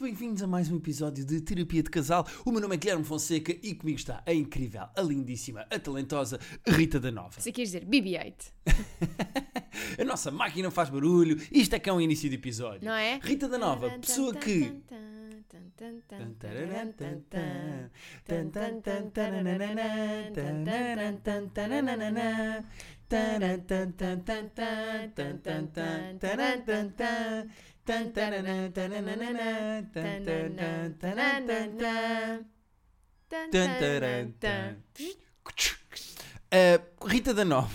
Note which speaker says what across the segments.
Speaker 1: bem-vindos a mais um episódio de Terapia de Casal. O meu nome é Guilherme Fonseca e comigo está a incrível, a lindíssima, a talentosa Rita da Nova.
Speaker 2: Você quer dizer BB-8?
Speaker 1: A nossa máquina faz barulho, isto é que é um início de episódio.
Speaker 2: Não é?
Speaker 1: Rita da Nova, pessoa que. Uh, Rita da Nova,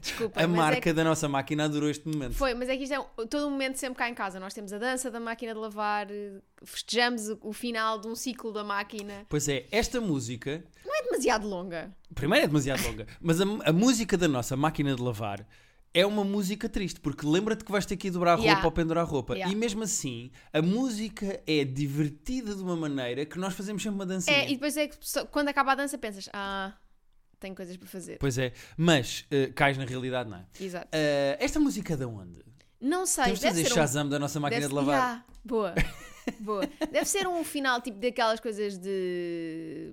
Speaker 2: Desculpa,
Speaker 1: a
Speaker 2: mas
Speaker 1: marca
Speaker 2: é
Speaker 1: da nossa máquina adorou este momento.
Speaker 2: que foi, mas é que isto é um- todo um momento sempre cá em casa. Nós temos a dança da máquina de lavar, eh, festejamos o, o final de um ciclo da máquina.
Speaker 1: Pois é, esta música,
Speaker 2: Não é demasiado longa.
Speaker 1: primeiro é demasiado longa, mas a, a música da nossa máquina de lavar é uma música triste, porque lembra-te que vais ter que ir dobrar a roupa
Speaker 2: Yeah.
Speaker 1: ou pendurar a roupa.
Speaker 2: Yeah.
Speaker 1: E mesmo assim, a música é divertida de uma maneira que nós fazemos sempre uma dancinha.
Speaker 2: É, e depois é que só- quando acaba a dança pensas, ah, tenho coisas para fazer.
Speaker 1: Pois é, mas eh, cais na realidade, não é?
Speaker 2: Exato.
Speaker 1: Eh, esta música é de onde?
Speaker 2: Não sei,
Speaker 1: Temos de
Speaker 2: deve
Speaker 1: fazer
Speaker 2: ser um
Speaker 1: Shazam da nossa máquina
Speaker 2: Deve-
Speaker 1: de lavar.
Speaker 2: Ya, boa, boa. Deve ser um final tipo daquelas coisas de.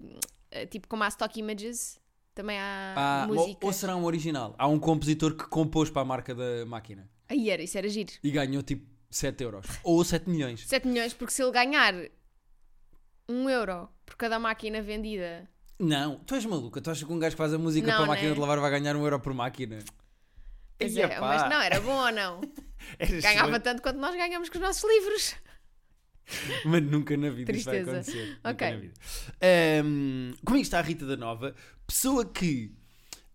Speaker 2: eh, Tipo como há stock images, também há
Speaker 1: Ah, ou,
Speaker 2: música.
Speaker 1: ou será um original? Há um compositor que compôs para a marca da máquina
Speaker 2: Aí era, isso era giro.
Speaker 1: e ganhou tipo 7 euros ou 7 milhões.
Speaker 2: 7 milhões, porque se ele ganhar 1 euro por cada máquina vendida.
Speaker 1: Não, tu és maluca, tu achas que um gajo que faz a música
Speaker 2: Não,
Speaker 1: para a máquina
Speaker 2: né?
Speaker 1: de lavar vai ganhar um euro por máquina?
Speaker 2: Pois
Speaker 1: Ia
Speaker 2: é,
Speaker 1: pá, é
Speaker 2: mas não, era bom ou não?
Speaker 1: era
Speaker 2: Ganhava
Speaker 1: excelente,
Speaker 2: tanto quanto nós ganhamos com os nossos livros.
Speaker 1: Mas nunca na vida isso vai
Speaker 2: Tristeza.
Speaker 1: acontecer. nunca
Speaker 2: Ok.
Speaker 1: na vida. Ahm, comigo está a Rita da Nova, pessoa que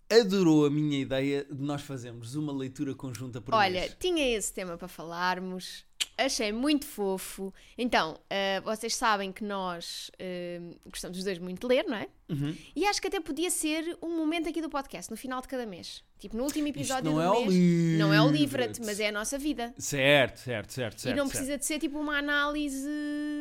Speaker 1: adorou a minha ideia de nós fazermos uma leitura conjunta por
Speaker 2: Olha,
Speaker 1: mês.
Speaker 2: tinha esse tema para falarmos, achei muito fofo. Então, ah, vocês sabem que nós ah, gostamos os dois muito de ler, não é?
Speaker 1: Uhum.
Speaker 2: E acho que até podia ser um momento aqui do podcast, no final de cada mês. Tipo, no último episódio
Speaker 1: não
Speaker 2: do
Speaker 1: é o
Speaker 2: mês. Não é o
Speaker 1: Livra-te.
Speaker 2: livra-te, mas é a nossa vida.
Speaker 1: Certo, certo, certo, certo.
Speaker 2: e não
Speaker 1: certo.
Speaker 2: precisa de ser tipo uma análise.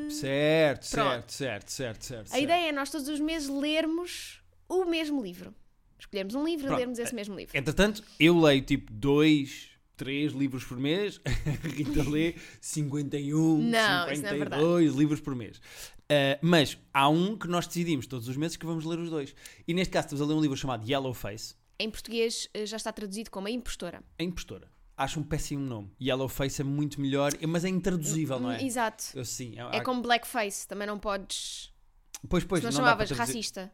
Speaker 1: Certo, certo,
Speaker 2: Pronto.
Speaker 1: certo, certo, certo.
Speaker 2: A ideia é nós todos os meses lermos o mesmo livro. Escolhermos um livro
Speaker 1: Pronto. é-
Speaker 2: e lermos esse mesmo livro.
Speaker 1: Entretanto, eu leio tipo dois, três livros por mês, a Rita lê 51,
Speaker 2: Não, isso não é
Speaker 1: 52 livros por mês. Ah, mas há um que nós decidimos todos os meses que vamos ler os dois. E neste caso estamos a ler um livro chamado Yellow Face,
Speaker 2: Em português ah, já está traduzido como a impostora.
Speaker 1: a impostora. Acho um péssimo nome. Yellow Face é muito melhor, mas é intraduzível, não é?
Speaker 2: Hum, Exato.
Speaker 1: Eu, sim,
Speaker 2: É como blackface, também não podes.
Speaker 1: pois, pois,
Speaker 2: se não,
Speaker 1: não dá para
Speaker 2: chamavas
Speaker 1: traduzir.
Speaker 2: racista.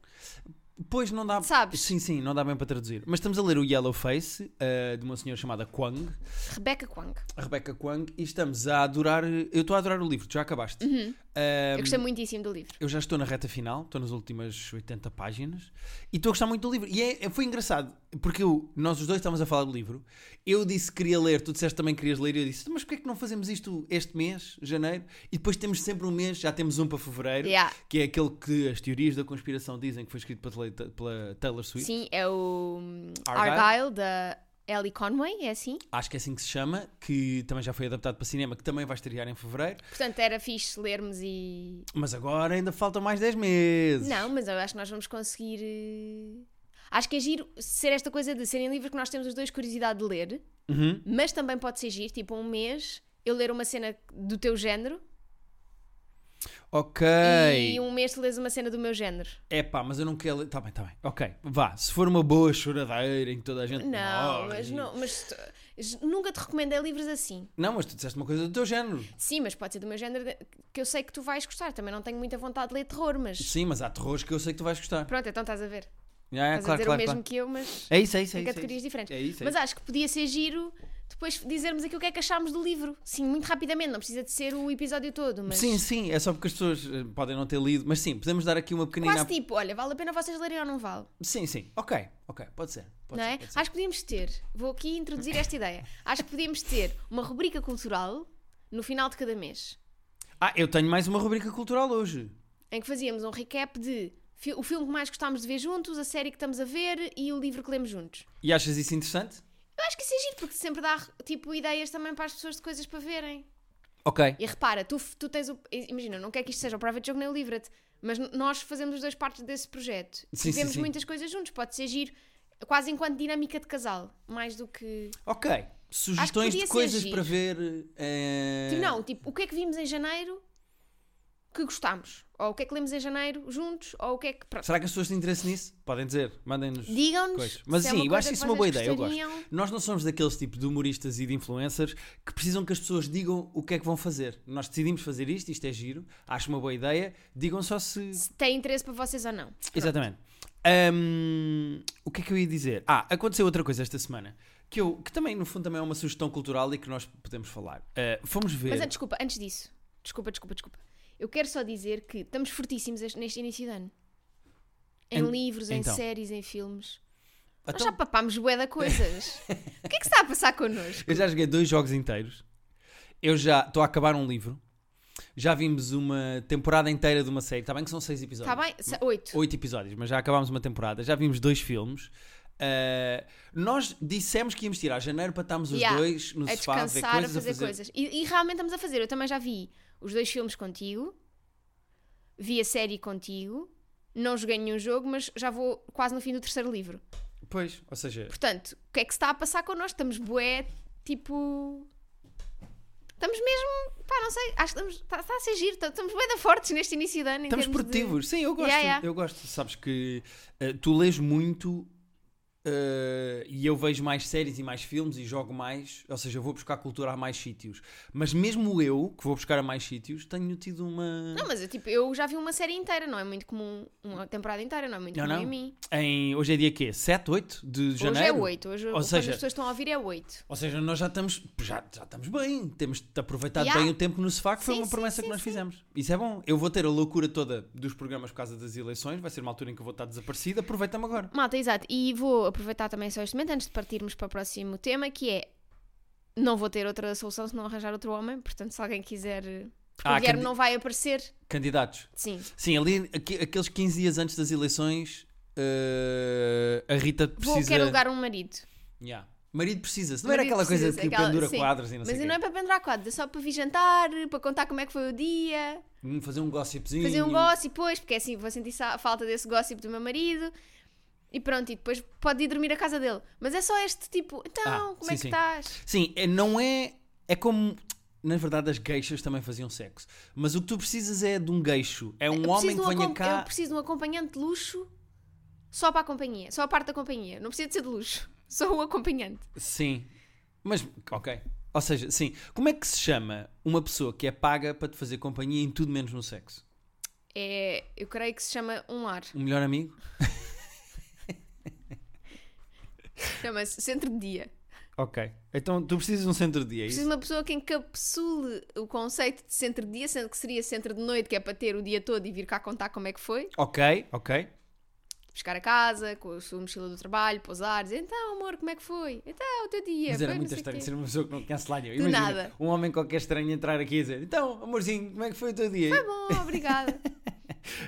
Speaker 1: Pois não dá.
Speaker 2: Sabes?
Speaker 1: Sim, sim, não dá bem para traduzir. Mas estamos a ler o Yellow Face ah, de uma senhora chamada Kwang.
Speaker 2: Rebecca Kwang.
Speaker 1: a Rebeca Kwang e estamos a adorar. Eu estou a adorar o livro, tu já acabaste. Ahm,
Speaker 2: Uhum. Eu gostei
Speaker 1: Hum.
Speaker 2: muitíssimo do livro.
Speaker 1: eu já estou na reta final, estou nas últimas 80 páginas e estou a gostar muito do livro. E é- é- foi engraçado, porque eu- nós os dois estávamos a falar do livro. Eu disse que queria ler, tu disseste também que querias ler, e eu disse, mas porquê é que não fazemos isto este mês, janeiro? E depois temos sempre um mês, já temos um para fevereiro,
Speaker 2: Yeah.
Speaker 1: que é aquele que as teorias da conspiração dizem que foi escrito pela, pela Taylor Swift.
Speaker 2: Sim, é o hum,
Speaker 1: Argyle.
Speaker 2: Argyle, da Ellie Conway, é assim?
Speaker 1: Acho que é assim que se chama, que também já foi adaptado para cinema, que também vai estrear em fevereiro.
Speaker 2: Portanto, era fixe lermos e.
Speaker 1: Mas agora ainda faltam mais 10 meses.
Speaker 2: Não, mas eu acho que nós vamos conseguir. eh, Acho que é giro ser esta coisa de serem livros que nós temos os dois curiosidade de ler,
Speaker 1: Uhum.
Speaker 2: mas também pode ser giro, tipo um mês, eu ler uma cena do teu género
Speaker 1: Ok.
Speaker 2: e um mês tu lês uma cena do meu género.
Speaker 1: É pá, mas eu não quero. Tá bem, tá bem. Ok, vá. Se for uma boa choradeira em que toda a gente.
Speaker 2: Não,
Speaker 1: morre
Speaker 2: mas
Speaker 1: e-
Speaker 2: não, mas tu- nunca te recomendei livros assim.
Speaker 1: Não, mas tu disseste uma coisa do teu género.
Speaker 2: Sim, mas pode ser do meu género de- que eu sei que tu vais gostar. Também não tenho muita vontade de ler terror, mas.
Speaker 1: Sim, mas há terrores que eu sei que tu vais gostar.
Speaker 2: Pronto, então estás a ver.
Speaker 1: Ah, é,
Speaker 2: estás a
Speaker 1: claro,
Speaker 2: dizer
Speaker 1: claro,
Speaker 2: o mesmo
Speaker 1: claro.
Speaker 2: que eu, mas
Speaker 1: É isso, é isso. É
Speaker 2: em
Speaker 1: isso, é
Speaker 2: categorias
Speaker 1: isso.
Speaker 2: diferentes.
Speaker 1: É isso, é
Speaker 2: mas acho que podia ser giro depois dizermos aqui o que é que achámos do livro. Sim, muito rapidamente, não precisa de ser o episódio todo, mas.
Speaker 1: Sim, sim, é só porque as pessoas eh, podem não ter lido, mas sim, podemos dar aqui uma pequenina.
Speaker 2: Quase tipo, olha, vale a pena vocês lerem ou não vale?
Speaker 1: Sim, sim, ok, ok, pode ser. Pode
Speaker 2: não
Speaker 1: ser,
Speaker 2: é?
Speaker 1: pode ser.
Speaker 2: Acho que podíamos ter, vou aqui introduzir esta ideia. Acho que podíamos ter uma rubrica cultural no final de cada mês.
Speaker 1: Ah, eu tenho mais uma rubrica cultural hoje.
Speaker 2: em que fazíamos um recap de fi- o filme que mais gostámos de ver juntos, a série que estamos a ver e o livro que lemos juntos.
Speaker 1: E achas isso interessante?
Speaker 2: Eu acho que isso é giro, porque sempre dá tipo ideias também para as pessoas de coisas para verem.
Speaker 1: Ok.
Speaker 2: E repara, tu, f- tu tens o. Imagina, não quer que isto seja o Private Jogo nem o Livra-te, mas n- nós fazemos os dois partes desse projeto.
Speaker 1: Sim,
Speaker 2: e
Speaker 1: sim,
Speaker 2: vemos
Speaker 1: sim.
Speaker 2: muitas coisas juntos, pode ser giro, quase enquanto dinâmica de casal, mais do que. tipo,
Speaker 1: Ok. Sugestões
Speaker 2: podia
Speaker 1: de
Speaker 2: ser
Speaker 1: coisas
Speaker 2: giro.
Speaker 1: para ver. eh,
Speaker 2: é Tipo, não, tipo, o que é que vimos em janeiro que gostámos. Ou o que é que lemos em janeiro juntos, ou o que é que. Pronto.
Speaker 1: Será que as pessoas têm interesse nisso? Podem dizer, mandem-nos.
Speaker 2: Digam-nos.
Speaker 1: coisas. Mas
Speaker 2: se é
Speaker 1: sim, eu
Speaker 2: coisa
Speaker 1: acho
Speaker 2: que
Speaker 1: isso uma boa
Speaker 2: vocês
Speaker 1: ideia, eu gosto.
Speaker 2: gostariam.
Speaker 1: Nós não somos daqueles tipo de humoristas e de influencers que precisam que as pessoas digam o que é que vão fazer. Nós decidimos fazer isto, isto é giro, acho uma boa ideia, digam só se.
Speaker 2: Se tem interesse para vocês ou não.
Speaker 1: Exatamente. Hum, o que é que eu ia dizer? Ah, aconteceu outra coisa esta semana que, eu, que também, no fundo, também é uma sugestão cultural e que nós podemos falar. Ah, fomos ver.
Speaker 2: Mas antes, desculpa, antes disso. Desculpa, desculpa, desculpa. Eu quero só dizer que estamos fortíssimos este- neste início de ano. Em
Speaker 1: Ent-
Speaker 2: livros,
Speaker 1: então.
Speaker 2: em séries, em filmes. Nós
Speaker 1: Então,
Speaker 2: já papámos bué da coisas. o que é que se está a passar connosco?
Speaker 1: Eu já joguei dois jogos inteiros. Eu já estou a acabar um livro. Já vimos uma temporada inteira de uma série. Está bem que são seis episódios.
Speaker 2: Está Tá bem? Se- Oito.
Speaker 1: Oito episódios, mas já acabámos uma temporada. Já vimos dois filmes. Ah, nós dissemos que íamos tirar janeiro para estarmos os
Speaker 2: Yeah.
Speaker 1: dois no
Speaker 2: a
Speaker 1: sofá a ver
Speaker 2: descansar, a
Speaker 1: coisas.
Speaker 2: fazer, coisas. E, e realmente estamos a fazer. Eu também já vi os dois filmes contigo, vi a série contigo, não joguei nenhum jogo, mas já vou quase no fim do terceiro livro.
Speaker 1: Pois, ou seja,
Speaker 2: Portanto, o que é que se está a passar connosco? Estamos bué, tipo. Estamos mesmo. Pá, não sei, acho que estamos, está, está a ser giro, tá, estamos bué da fortes neste início de ano. em
Speaker 1: estamos
Speaker 2: termos de-
Speaker 1: produtivos. Sim, eu gosto.
Speaker 2: Yeah, yeah.
Speaker 1: Eu gosto. Sabes que ah, tu lês muito ah, e eu vejo mais séries e mais filmes e jogo mais. Ou seja, eu vou buscar cultura a mais sítios. Mas mesmo eu, que vou buscar a mais sítios, tenho tido uma.
Speaker 2: Não, mas eu, tipo, eu já vi uma série inteira, não é muito comum, uma temporada inteira, não é muito
Speaker 1: Não,
Speaker 2: comum
Speaker 1: não.
Speaker 2: em mim.
Speaker 1: Em, hoje é dia quê? 7, 8 de janeiro?
Speaker 2: Hoje é oito hoje
Speaker 1: Ou
Speaker 2: quando
Speaker 1: seja-
Speaker 2: as pessoas estão a ouvir é oito
Speaker 1: Ou seja, nós já estamos, já, já estamos bem, temos aproveitado
Speaker 2: Yeah.
Speaker 1: bem o tempo no sofá, que foi
Speaker 2: Sim,
Speaker 1: uma
Speaker 2: sim,
Speaker 1: promessa
Speaker 2: sim,
Speaker 1: que nós
Speaker 2: sim.
Speaker 1: fizemos. Isso é bom. Eu vou ter a loucura toda dos programas por causa das eleições, vai ser uma altura em que eu vou estar desaparecida, aproveita-me agora.
Speaker 2: Malta, exato. E vou aproveitar também só este momento antes de partirmos para o próximo tema, que é não vou ter outra solução se não arranjar outro homem, portanto, se alguém quiser. Porque
Speaker 1: Ah,
Speaker 2: o Guilherme
Speaker 1: candi-
Speaker 2: não vai aparecer.
Speaker 1: Candidatos.
Speaker 2: Sim.
Speaker 1: Sim, ali, aqui- aqueles 15 dias antes das eleições, eh, a Rita
Speaker 2: Vou,
Speaker 1: precisa...
Speaker 2: quero alugar um marido.
Speaker 1: Yeah. Marido precisa-se. Não era
Speaker 2: Marido
Speaker 1: aquela coisa
Speaker 2: precisa,
Speaker 1: que
Speaker 2: aquela-
Speaker 1: pendura
Speaker 2: sim.
Speaker 1: quadros e não
Speaker 2: Mas
Speaker 1: sei
Speaker 2: eu
Speaker 1: o
Speaker 2: não é para pendurar quadros, é só para vir jantar, para contar como é que foi o dia,
Speaker 1: quê. Fazer um gossipzinho.
Speaker 2: fazer um gossip, pois, porque é assim vou sentir sa- falta desse gossip do meu marido. E pronto, e depois pode ir dormir à casa dele. Mas é só este tipo, então,
Speaker 1: Ah,
Speaker 2: como
Speaker 1: sim,
Speaker 2: é que
Speaker 1: sim.
Speaker 2: estás?
Speaker 1: Sim, é- não é. É como. Na verdade, as geixas também faziam sexo. Mas o que tu precisas é de um gueixo. É um
Speaker 2: Eu
Speaker 1: homem
Speaker 2: preciso
Speaker 1: que
Speaker 2: de um
Speaker 1: venha
Speaker 2: acom- Eu
Speaker 1: cá.
Speaker 2: preciso de um acompanhante de luxo só para a companhia, só a parte da companhia. Não precisa de ser de luxo, só o acompanhante.
Speaker 1: Sim. Mas, ok. Ou seja, sim. Como é que se chama uma pessoa que é paga para te fazer companhia em tudo menos no sexo?
Speaker 2: É, eu creio que se chama um lar.
Speaker 1: Um melhor amigo?
Speaker 2: Chama-se centro de dia.
Speaker 1: Ok. Então tu precisas de um centro de dia, é
Speaker 2: Preciso
Speaker 1: isso?
Speaker 2: de uma pessoa que encapsule o conceito de centro de dia, sendo que seria centro de noite, que é para ter o dia todo e vir cá contar como é que foi.
Speaker 1: Ok, ok.
Speaker 2: Buscar a casa, com a sua mochila do trabalho, pousar, dizer então amor, como é que foi? Então, o teu dia.
Speaker 1: Mas era
Speaker 2: foi,
Speaker 1: muito
Speaker 2: não sei o
Speaker 1: estranho
Speaker 2: quê."
Speaker 1: ser uma pessoa que não cancelaria. Imagina
Speaker 2: nada.
Speaker 1: um homem qualquer estranho entrar aqui e dizer Então, amorzinho, como é que foi o teu dia?
Speaker 2: Foi "Tá bom, obrigada.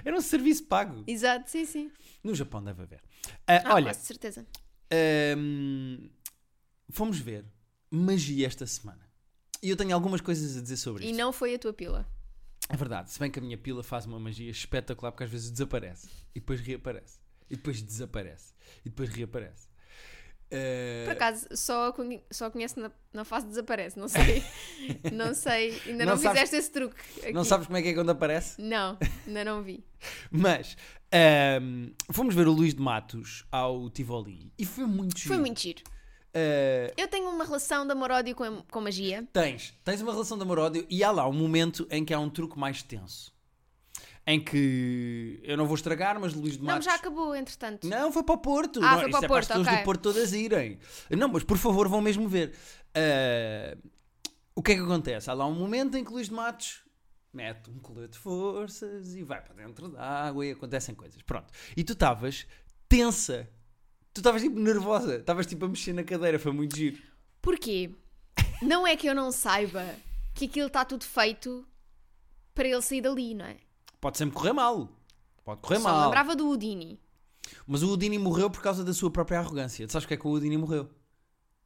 Speaker 1: Era um serviço pago.
Speaker 2: Exato, sim, sim.
Speaker 1: No Japão deve haver. Ah,
Speaker 2: Ah,
Speaker 1: olha,
Speaker 2: quase certeza.
Speaker 1: Ahm, fomos ver magia esta semana. E eu tenho algumas coisas a dizer sobre
Speaker 2: E
Speaker 1: isto.
Speaker 2: não foi a tua pila.
Speaker 1: É verdade, se bem que a minha pila faz uma magia espetacular, porque às vezes desaparece e depois reaparece. E depois desaparece e depois reaparece. Ah,
Speaker 2: Por acaso, só, a conhe- só a conheço na, na fase desaparece, não sei. não sei, ainda não,
Speaker 1: Não sabes-
Speaker 2: fizeste esse truque. Aqui.
Speaker 1: não sabes como é que é quando aparece?
Speaker 2: Não, ainda não vi.
Speaker 1: Mas ahm, fomos ver o Luís de Matos ao Tivoli e foi muito
Speaker 2: Foi
Speaker 1: giro.
Speaker 2: muito giro.
Speaker 1: Ah,
Speaker 2: Eu tenho uma relação de amor-ódio com, com magia.
Speaker 1: Tens, tens uma relação de amor-ódio e há lá um momento em que há um truque mais tenso. Em que eu não vou estragar, mas Luís de
Speaker 2: Não,
Speaker 1: Matos.
Speaker 2: já acabou, entretanto.
Speaker 1: Não, foi para o Porto.
Speaker 2: Ah,
Speaker 1: não,
Speaker 2: foi
Speaker 1: isto
Speaker 2: para o
Speaker 1: é para as
Speaker 2: Porto,
Speaker 1: pessoas
Speaker 2: ok.
Speaker 1: do Porto todas irem. Não, mas por favor, vão mesmo ver. Ah, o que é que acontece? Há lá um momento em que Luís de Matos mete um colete de forças e vai para dentro da água e acontecem coisas. Pronto. E tu estavas tensa. Tu estavas tipo nervosa. Estavas tipo a mexer na cadeira. Foi muito giro.
Speaker 2: Porquê? Não é que eu não saiba que aquilo está tudo feito para ele sair dali, não é?
Speaker 1: Pode sempre correr mal. Pode correr
Speaker 2: Só me
Speaker 1: mal.
Speaker 2: lembrava do Houdini.
Speaker 1: Mas o Houdini morreu por causa da sua própria arrogância. Tu sabes porque é que o Houdini morreu?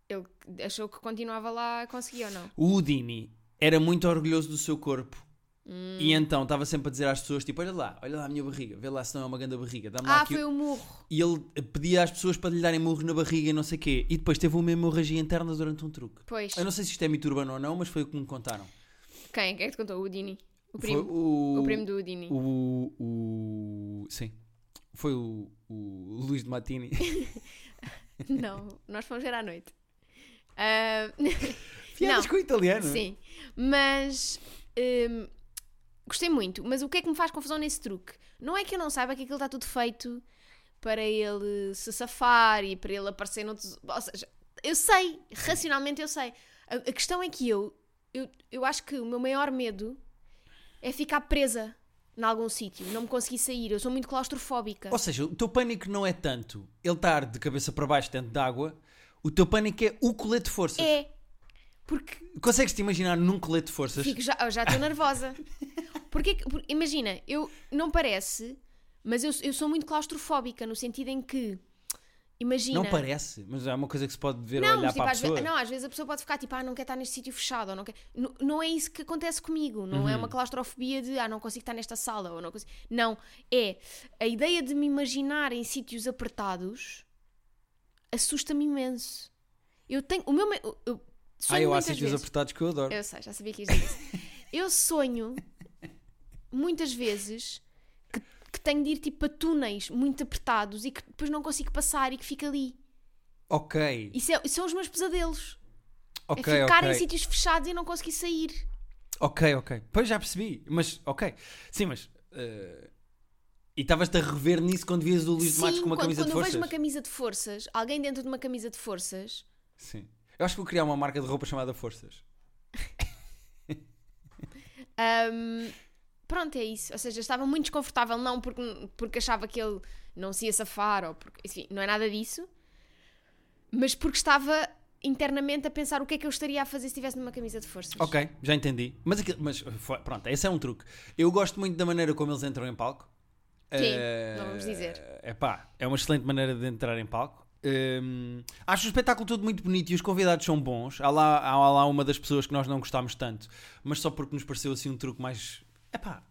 Speaker 2: Ele achou que continuava lá, conseguia ou não?
Speaker 1: O Houdini era muito orgulhoso do seu corpo.
Speaker 2: Hum.
Speaker 1: E então estava sempre a dizer às pessoas, tipo, olha lá, olha lá a minha barriga, vê lá se não é uma grande barriga, dá-me lá
Speaker 2: Ah,
Speaker 1: aqui.
Speaker 2: foi o murro.
Speaker 1: E ele pedia às pessoas para lhe darem murros na barriga e não sei o quê. E depois teve uma hemorragia interna durante um truque.
Speaker 2: Pois.
Speaker 1: Eu não sei se isto é mito urbano ou não, mas foi o que me contaram.
Speaker 2: Quem? Quem é que te contou? O Houdini. O primo,
Speaker 1: Foi o,
Speaker 2: o primo do Dini.
Speaker 1: o, o- Sim. Foi o, o Luís de Matini.
Speaker 2: Não, nós fomos ver à noite. Ah,
Speaker 1: Fiadas
Speaker 2: Não.
Speaker 1: com o italiano.
Speaker 2: Sim, mas hum, gostei muito. Mas o que é que me faz confusão nesse truque? Não é que eu não saiba que aquilo está tudo feito para ele se safar e para ele aparecer noutros. Ou seja, eu sei, racionalmente eu sei. A, a questão é que eu, eu, eu acho que o meu maior medo é ficar presa em algum sítio, não me conseguir sair. Eu sou muito claustrofóbica.
Speaker 1: Ou seja, o teu pânico não é tanto ele estar de cabeça para baixo dentro d'água. O teu pânico é o colete de forças.
Speaker 2: É. Porque
Speaker 1: Consegues-te imaginar num colete de forças?
Speaker 2: Fico já, eu já estou nervosa. Porque, é que- por- imagina, eu não parece, mas eu, eu sou muito claustrofóbica no sentido em que imagina.
Speaker 1: Não parece, mas é uma coisa que se pode ver
Speaker 2: Não,
Speaker 1: ou olhar
Speaker 2: tipo,
Speaker 1: para a
Speaker 2: às ve-
Speaker 1: pessoa.
Speaker 2: não, às vezes a pessoa pode ficar tipo, ah, não quer estar neste sítio fechado, ou não quer. N- não é isso que acontece comigo, não é
Speaker 1: Uhum.
Speaker 2: uma claustrofobia de, ah, não consigo estar nesta sala, ou não consigo. Não, é a ideia de me imaginar em sítios apertados assusta-me imenso. Eu tenho. O meu. me- Eu, eu
Speaker 1: ah,
Speaker 2: sonho
Speaker 1: eu há
Speaker 2: muitas
Speaker 1: sítios
Speaker 2: vezes-
Speaker 1: apertados que eu adoro.
Speaker 2: eu sei, já sabia que ias dizer isso. Eu sonho muitas vezes que, que tenho de ir tipo a túneis muito apertados e que depois não consigo passar e que fica ali.
Speaker 1: Ok,
Speaker 2: Isso, é- isso são os meus pesadelos.
Speaker 1: ok,
Speaker 2: é ficar
Speaker 1: ok.
Speaker 2: em sítios fechados e não conseguir sair.
Speaker 1: Ok, ok. Pois já percebi, mas ok. Sim, mas. eh, E estavas-te a rever nisso quando vias o Luís de Matos
Speaker 2: Sim,
Speaker 1: com uma
Speaker 2: quando,
Speaker 1: camisa
Speaker 2: quando
Speaker 1: de
Speaker 2: eu
Speaker 1: forças?
Speaker 2: vejo uma camisa de forças, alguém dentro de uma camisa de forças,
Speaker 1: Sim. Eu acho que vou criar uma marca de roupa chamada Forças.
Speaker 2: Ahm, pronto, é isso. Ou seja, estava muito desconfortável, não porque, porque achava que ele não se ia safar, ou porque, enfim, não é nada disso, mas porque estava internamente a pensar o que é que eu estaria a fazer se estivesse numa camisa de forças.
Speaker 1: Ok, já entendi. Mas, aquilo- mas foi- pronto, esse é um truque. Eu gosto muito da maneira como eles entram em palco.
Speaker 2: Sim,
Speaker 1: Eh,
Speaker 2: não vamos dizer.
Speaker 1: epá, é uma excelente maneira de entrar em palco. Hum, acho o espetáculo todo muito bonito e os convidados são bons. Há lá, há lá uma das pessoas que nós não gostámos tanto, mas só porque nos pareceu assim um truque mais. Epá,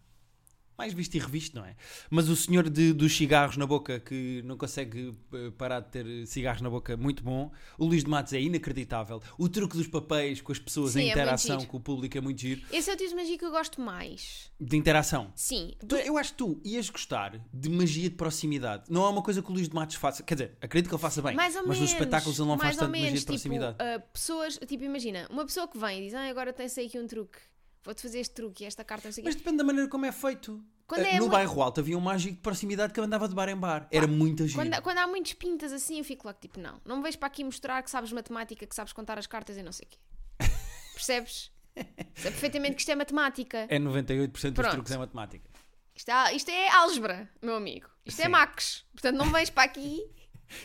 Speaker 1: mais visto e revisto, não é? Mas o senhor de- dos cigarros na boca que não consegue eh, parar de ter cigarros na boca, muito bom. O Luís de Matos é inacreditável. O truque dos papéis com as pessoas,
Speaker 2: Sim, é
Speaker 1: a
Speaker 2: muito
Speaker 1: interação
Speaker 2: giro.
Speaker 1: com o público é muito giro.
Speaker 2: Esse é o tipo de magia que eu gosto mais.
Speaker 1: De interação.
Speaker 2: Sim.
Speaker 1: Tu- eu acho que tu ias gostar de magia de proximidade. Não é uma coisa que o Luís de Matos faça. Quer dizer, acredito que ele faça bem.
Speaker 2: Mais ou
Speaker 1: mas
Speaker 2: menos.
Speaker 1: nos espetáculos ele não
Speaker 2: mais
Speaker 1: faz
Speaker 2: ou
Speaker 1: tanto
Speaker 2: menos,
Speaker 1: magia de
Speaker 2: tipo,
Speaker 1: proximidade.
Speaker 2: ah, pessoas, tipo, imagina, uma pessoa que vem e diz, ah, agora tens aí aqui um truque, vou-te fazer este truque e esta carta, não sei o quê.
Speaker 1: Mas depende da maneira como é feito.
Speaker 2: Quando
Speaker 1: Ah,
Speaker 2: é
Speaker 1: no
Speaker 2: uma-
Speaker 1: bairro alto havia um mágico de proximidade que andava de bar em bar. Era muito agir.
Speaker 2: Quando, é- quando há muitos pintas assim, eu fico logo tipo, não, não me vejo para aqui mostrar que sabes matemática, que sabes contar as cartas e não sei o quê. Percebes? Sei perfeitamente que isto é matemática.
Speaker 1: É 98% dos
Speaker 2: Pronto.
Speaker 1: truques em matemática.
Speaker 2: Isto é, isto é álgebra, meu amigo. Isto é
Speaker 1: Sim.
Speaker 2: max. Portanto, não vejo para aqui.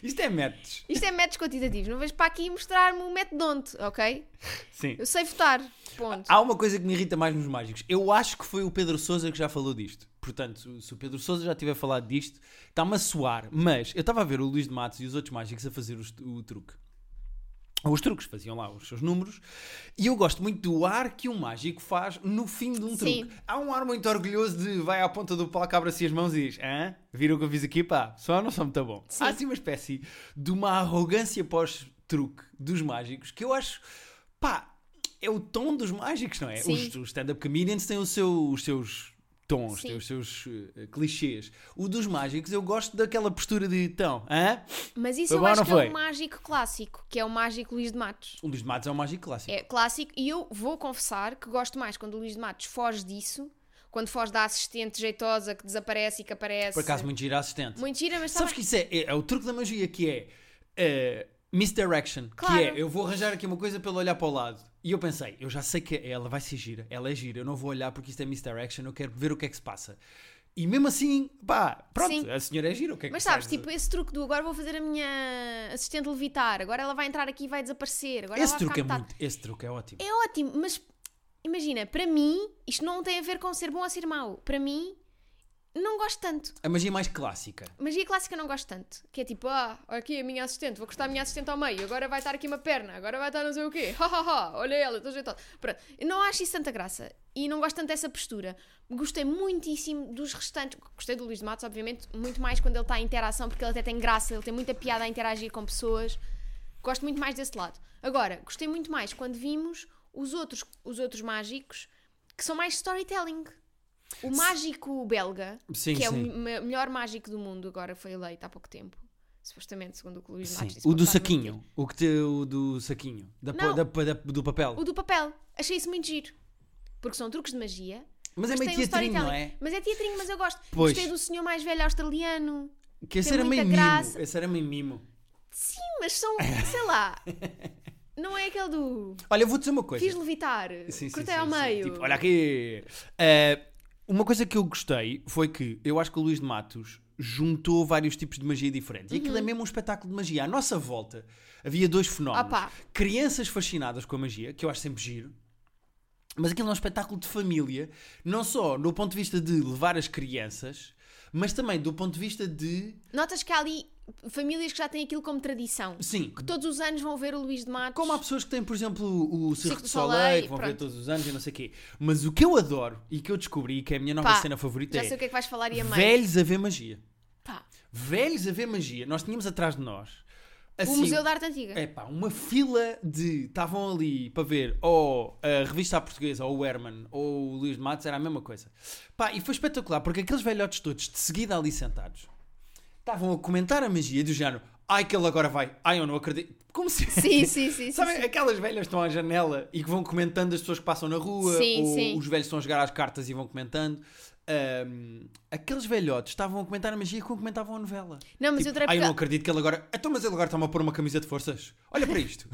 Speaker 1: Isto é métodos.
Speaker 2: Isto é métodos quantitativos. Não vejo para aqui mostrar-me o método onde, ok?
Speaker 1: Sim.
Speaker 2: Eu sei votar. Ponto.
Speaker 1: Há uma coisa que me irrita mais nos mágicos. Eu acho que foi o Pedro Sousa que já falou disto. Portanto, se o Pedro Sousa já tiver falado disto, está-me a soar. Mas eu estava a ver o Luís de Matos e os outros mágicos a fazer os- o truque. Os truques faziam lá os seus números. E eu gosto muito do ar que um mágico faz no fim de um
Speaker 2: Sim.
Speaker 1: truque. Há um ar muito orgulhoso de vai à ponta do palco, abre-se as mãos e diz: Hã? Viram o que eu fiz aqui? Pá, só não sou muito bom.
Speaker 2: Sim.
Speaker 1: Há assim uma espécie de uma arrogância pós-truque dos mágicos que eu acho, pá, é o tom dos mágicos, não é?
Speaker 2: Sim.
Speaker 1: Os, os stand-up comedians têm o seu- os seus tons,
Speaker 2: Sim.
Speaker 1: têm os seus eh, clichês. O dos mágicos, eu gosto daquela postura de então, hã?
Speaker 2: Mas isso
Speaker 1: Foi
Speaker 2: eu
Speaker 1: bom ou
Speaker 2: acho
Speaker 1: não
Speaker 2: que é
Speaker 1: foi?
Speaker 2: um mágico clássico, que é o mágico Luís de Matos.
Speaker 1: O Luís de Matos é um mágico clássico.
Speaker 2: É clássico e eu vou confessar que gosto mais quando o Luís de Matos foge disso, quando foge da assistente jeitosa que desaparece e que aparece.
Speaker 1: Por acaso, muito giro assistente.
Speaker 2: Muito gira, mas
Speaker 1: Sabes
Speaker 2: sabes
Speaker 1: que isso é, é, é o truque da magia que é eh, misdirection.
Speaker 2: Claro.
Speaker 1: Que é eu vou arranjar aqui uma coisa pelo olhar para o lado. E eu pensei, eu já sei que ela vai ser gira, ela é gira, eu não vou olhar porque isto é misdirection, eu quero ver o que é que se passa. E mesmo assim, pá, pronto,
Speaker 2: Sim.
Speaker 1: a senhora é gira, o que é que
Speaker 2: Mas
Speaker 1: se
Speaker 2: sabes,
Speaker 1: faz?
Speaker 2: tipo, esse truque do agora vou fazer a minha assistente levitar, agora ela vai entrar aqui e vai desaparecer, agora
Speaker 1: Esse
Speaker 2: ela tá vai
Speaker 1: truque, é
Speaker 2: ficar
Speaker 1: muito, esse truque é ótimo.
Speaker 2: É ótimo, mas imagina, para mim, isto não tem a ver com ser bom ou ser mau. Para mim, não gosto tanto.
Speaker 1: A magia mais clássica.
Speaker 2: Magia clássica não gosto tanto. Que é tipo, ah, olha aqui a minha assistente, vou cortar a minha assistente ao meio, agora vai estar aqui uma perna, agora vai estar não sei o quê, ha ha ha, olha ela, estou jeitosa. Pronto, eu não acho isso tanta graça e não gosto tanto dessa postura. Gostei muitíssimo dos restantes, gostei do Luís de Matos, obviamente, muito mais quando ele está em interação, porque ele até tem graça, ele tem muita piada a interagir com pessoas. Gosto muito mais desse lado. Agora, gostei muito mais quando vimos os outros, os outros mágicos que são mais storytelling. O mágico belga,
Speaker 1: Sim,
Speaker 2: que é o
Speaker 1: sim.
Speaker 2: me- melhor mágico do mundo, agora foi eleito há pouco tempo. Supostamente, segundo o que o Luís
Speaker 1: Sim.
Speaker 2: Matos disse.
Speaker 1: O do
Speaker 2: posso estar a mentir.
Speaker 1: saquinho. O que te, o do saquinho. Da, pa-
Speaker 2: Não.
Speaker 1: da pa- da- do papel.
Speaker 2: O do papel. Achei isso muito giro. Porque são truques de magia.
Speaker 1: Mas é
Speaker 2: mas
Speaker 1: meio
Speaker 2: tem um
Speaker 1: teatrinho, não
Speaker 2: storytelling.
Speaker 1: é?
Speaker 2: Mas é teatrinho, mas eu gosto.
Speaker 1: Pois.
Speaker 2: Gostei do senhor mais velho australiano.
Speaker 1: Que esse
Speaker 2: tem
Speaker 1: era meio
Speaker 2: muita
Speaker 1: mimo.
Speaker 2: graça.
Speaker 1: Esse era meio mimo.
Speaker 2: Sim, mas são, sei lá. Não é aquele do.
Speaker 1: Olha, eu vou dizer uma coisa.
Speaker 2: Quis levitar.
Speaker 1: é. Sim, sim,
Speaker 2: cortei
Speaker 1: sim,
Speaker 2: ao
Speaker 1: sim.
Speaker 2: meio.
Speaker 1: Tipo, olha aqui. Eh, uma coisa que eu gostei foi que eu acho que o Luís de Matos juntou vários tipos de magia diferente. E aquilo
Speaker 2: Uhum.
Speaker 1: é mesmo um espetáculo de magia. À nossa volta havia dois fenómenos.
Speaker 2: Opa.
Speaker 1: Crianças fascinadas com a magia, que eu acho sempre giro. Mas aquilo é um espetáculo de família, não só no ponto de vista de levar as crianças, mas também do ponto de vista de.
Speaker 2: Notas que há ali famílias que já têm aquilo como tradição.
Speaker 1: Sim,
Speaker 2: Que todos os anos vão ver o Luís de Matos.
Speaker 1: Como há pessoas que têm, por exemplo, o- o Cirque du
Speaker 2: Cirque du
Speaker 1: Soleil,
Speaker 2: Soleil,
Speaker 1: que vão ver
Speaker 2: pronto.
Speaker 1: todos os anos e não sei o quê. Mas o que eu adoro e que eu descobri e que é a minha nova
Speaker 2: Pá,
Speaker 1: cena favorita
Speaker 2: Já sei
Speaker 1: é
Speaker 2: o que é que vais falar e a mãe.
Speaker 1: velhos a ver magia.
Speaker 2: Pá,
Speaker 1: Velhos a ver magia. Nós tínhamos atrás de nós assim,
Speaker 2: o Museu da Arte Antiga.
Speaker 1: é pá, uma fila de. Estavam ali para ver ou a revista à portuguesa, ou o Herman, ou o Luís de Matos, era a mesma coisa. Pá, e foi espetacular, porque aqueles velhotes todos de seguida ali sentados estavam a comentar a magia do género. Ai, que ele agora vai. Ai, eu não acredito. Como se.
Speaker 2: Sim, sim, sim. sim,
Speaker 1: Sabem,
Speaker 2: sim.
Speaker 1: aquelas velhas que estão à janela e que vão comentando as pessoas que passam na rua,
Speaker 2: Sim,
Speaker 1: ou
Speaker 2: sim.
Speaker 1: os velhos estão a jogar às cartas e vão comentando. Ahm, aqueles velhotes estavam a comentar a magia como comentavam a novela.
Speaker 2: Não, mas eu
Speaker 1: tipo,
Speaker 2: adorei
Speaker 1: "Ai, eu
Speaker 2: porque-
Speaker 1: não acredito que ele agora. Então, mas ele agora está-me a pôr uma camisa de forças. Olha para isto.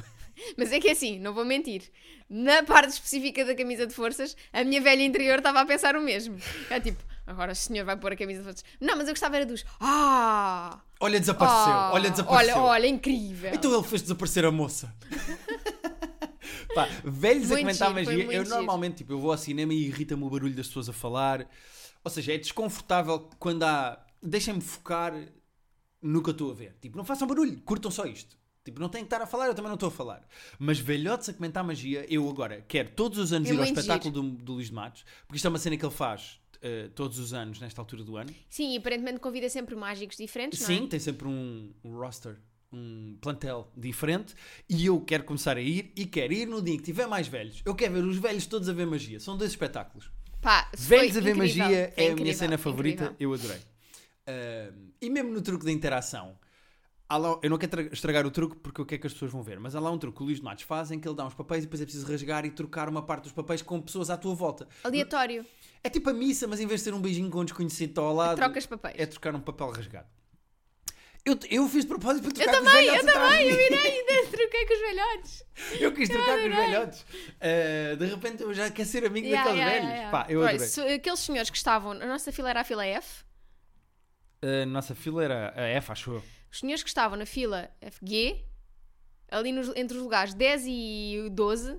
Speaker 2: Mas é que é assim, não vou mentir. Na parte específica da camisa de forças, a minha velha interior estava a pensar o mesmo. É tipo, agora o senhor vai pôr a camisa de forças. Não, mas eu gostava era dos. Ah!
Speaker 1: Olha, desapareceu.
Speaker 2: ah,
Speaker 1: olha, desapareceu.
Speaker 2: Olha, olha, incrível.
Speaker 1: Então ele fez desaparecer a moça. Pá, velhos a
Speaker 2: Muito
Speaker 1: comentar
Speaker 2: giro, foi
Speaker 1: magia.
Speaker 2: muito
Speaker 1: Eu
Speaker 2: giro.
Speaker 1: normalmente, tipo, eu vou ao cinema e irrita-me o barulho das pessoas a falar. Ou seja, é desconfortável quando há. Deixem-me focar no que eu estou a ver. Tipo, não façam barulho, curtam só isto. Tipo, não têm que estar a falar, eu também não estou a falar. Mas velhotes a comentar magia, eu agora quero todos os anos
Speaker 2: É
Speaker 1: ir ao
Speaker 2: muito
Speaker 1: espetáculo do, do Luís de Matos, porque isto é uma cena que ele faz eh, todos os anos, nesta altura do ano.
Speaker 2: Sim, e aparentemente convida sempre mágicos diferentes, não é?
Speaker 1: Sim, tem sempre um, um roster, um plantel diferente. E eu quero começar a ir e quero ir no dia em que tiver mais velhos. Eu quero ver os velhos todos a ver magia. São dois espetáculos.
Speaker 2: Pá, se
Speaker 1: Velhos
Speaker 2: foi
Speaker 1: a ver
Speaker 2: incrível,
Speaker 1: magia
Speaker 2: foi
Speaker 1: é a minha
Speaker 2: incrível,
Speaker 1: cena favorita.
Speaker 2: incrível.
Speaker 1: Eu adorei. Ahm, e mesmo no truque da interação. há lá- eu não quero tra- estragar o truque porque o que é que as pessoas vão ver, mas há lá um truque que o Luís de Matos faz em que ele dá uns papéis e depois é preciso rasgar e trocar uma parte dos papéis com pessoas à tua volta.
Speaker 2: Aleatório.
Speaker 1: É tipo a missa, mas em vez de ser um beijinho com um desconhecido ao lado,
Speaker 2: Trocas papéis.
Speaker 1: é trocar um papel rasgado. Eu, eu fiz de propósito para trocar
Speaker 2: Eu
Speaker 1: com os
Speaker 2: também, eu
Speaker 1: velhotes atrás
Speaker 2: também,
Speaker 1: de
Speaker 2: eu
Speaker 1: mim.
Speaker 2: virei e troquei com os velhotes.
Speaker 1: Eu quis trocar com os
Speaker 2: adorei.
Speaker 1: velhotes. Ah, de repente eu já quero ser amigo
Speaker 2: Yeah,
Speaker 1: daqueles
Speaker 2: yeah,
Speaker 1: velhos.
Speaker 2: yeah, yeah.
Speaker 1: Pá, eu
Speaker 2: Olha,
Speaker 1: adorei.
Speaker 2: se aqueles senhores que estavam, a nossa fila era a fila F,
Speaker 1: A Eh, nossa fila era a F, acho eu.
Speaker 2: os senhores que estavam na fila FG, ali nos- entre os lugares 10 e 12,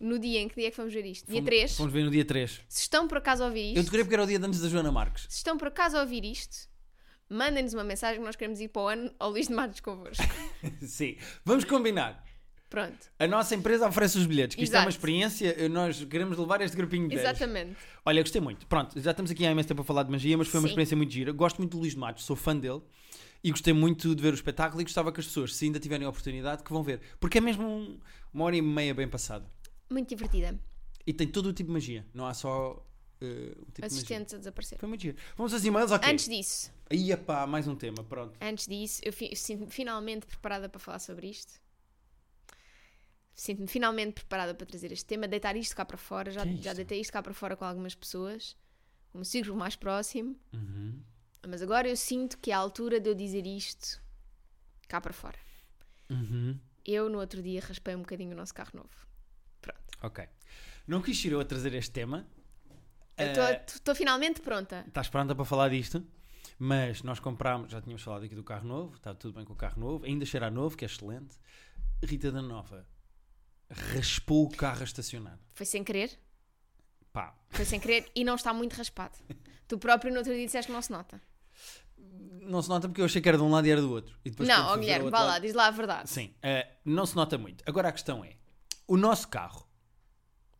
Speaker 2: no dia em que dia é que fomos ver isto? Dia
Speaker 1: Fomos-
Speaker 2: 3.
Speaker 1: Fomos ver no dia 3.
Speaker 2: Se estão por acaso a ouvir
Speaker 1: Eu
Speaker 2: isto,
Speaker 1: decorei porque era o dia de antes da Joana Marques.
Speaker 2: se estão por acaso a ouvir isto, mandem-nos uma mensagem que nós queremos ir para o ano ao Luís de Matos convosco.
Speaker 1: Sim. Vamos combinar.
Speaker 2: Pronto,
Speaker 1: A nossa empresa oferece os bilhetes, que isto é uma
Speaker 2: Exato.
Speaker 1: experiência, nós queremos levar este grupinho de 10.
Speaker 2: exatamente.
Speaker 1: Olha, gostei muito. Pronto, já estamos aqui há imenso tempo a falar de magia, mas foi uma
Speaker 2: Sim.
Speaker 1: experiência muito gira. Gosto muito do Luís de Matos, sou fã dele e gostei muito de ver o espetáculo e gostava que as pessoas, se ainda tiverem a oportunidade, que vão ver. Porque é mesmo um- uma hora e meia bem passada.
Speaker 2: Muito divertida.
Speaker 1: E tem todo o tipo de magia, não há só eh, um tipo de magia.
Speaker 2: Assistentes a desaparecer.
Speaker 1: Foi muito giro. Vamos aos e-mails, ok?
Speaker 2: Antes disso,
Speaker 1: Aí, pá, mais um tema, pronto.
Speaker 2: antes disso, eu fi- sinto-me finalmente preparada para falar sobre isto. Sinto-me finalmente preparada para trazer este tema, deitar isto cá para fora. Já,
Speaker 1: Que é isto?
Speaker 2: já deitei isto cá para fora com algumas pessoas, com o meu círculo mais próximo.
Speaker 1: Uhum.
Speaker 2: Mas agora eu sinto que é a altura de eu dizer isto cá para fora.
Speaker 1: Uhum.
Speaker 2: Eu, no outro dia, raspei um bocadinho o nosso carro novo. Pronto.
Speaker 1: Ok. Não quis ir eu a trazer este tema. Eh,
Speaker 2: Estou finalmente pronta.
Speaker 1: Estás pronta para falar disto? Mas nós comprámos, já tínhamos falado aqui do carro novo, está tudo bem com o carro novo, ainda cheira a novo, que é excelente. Rita da Nova raspou o carro a estacionar.
Speaker 2: Foi sem querer,
Speaker 1: Pá,
Speaker 2: foi sem querer e não está muito raspado. Tu próprio, no outro dia, disseste que não se nota.
Speaker 1: não se nota porque eu achei que era de um lado e era do outro. E depois quando
Speaker 2: não,
Speaker 1: fui
Speaker 2: ó
Speaker 1: ver o
Speaker 2: Guilherme,
Speaker 1: outro
Speaker 2: vá
Speaker 1: lado-
Speaker 2: lá, diz lá a verdade.
Speaker 1: Sim, eh, não se nota muito. Agora a questão é: o nosso carro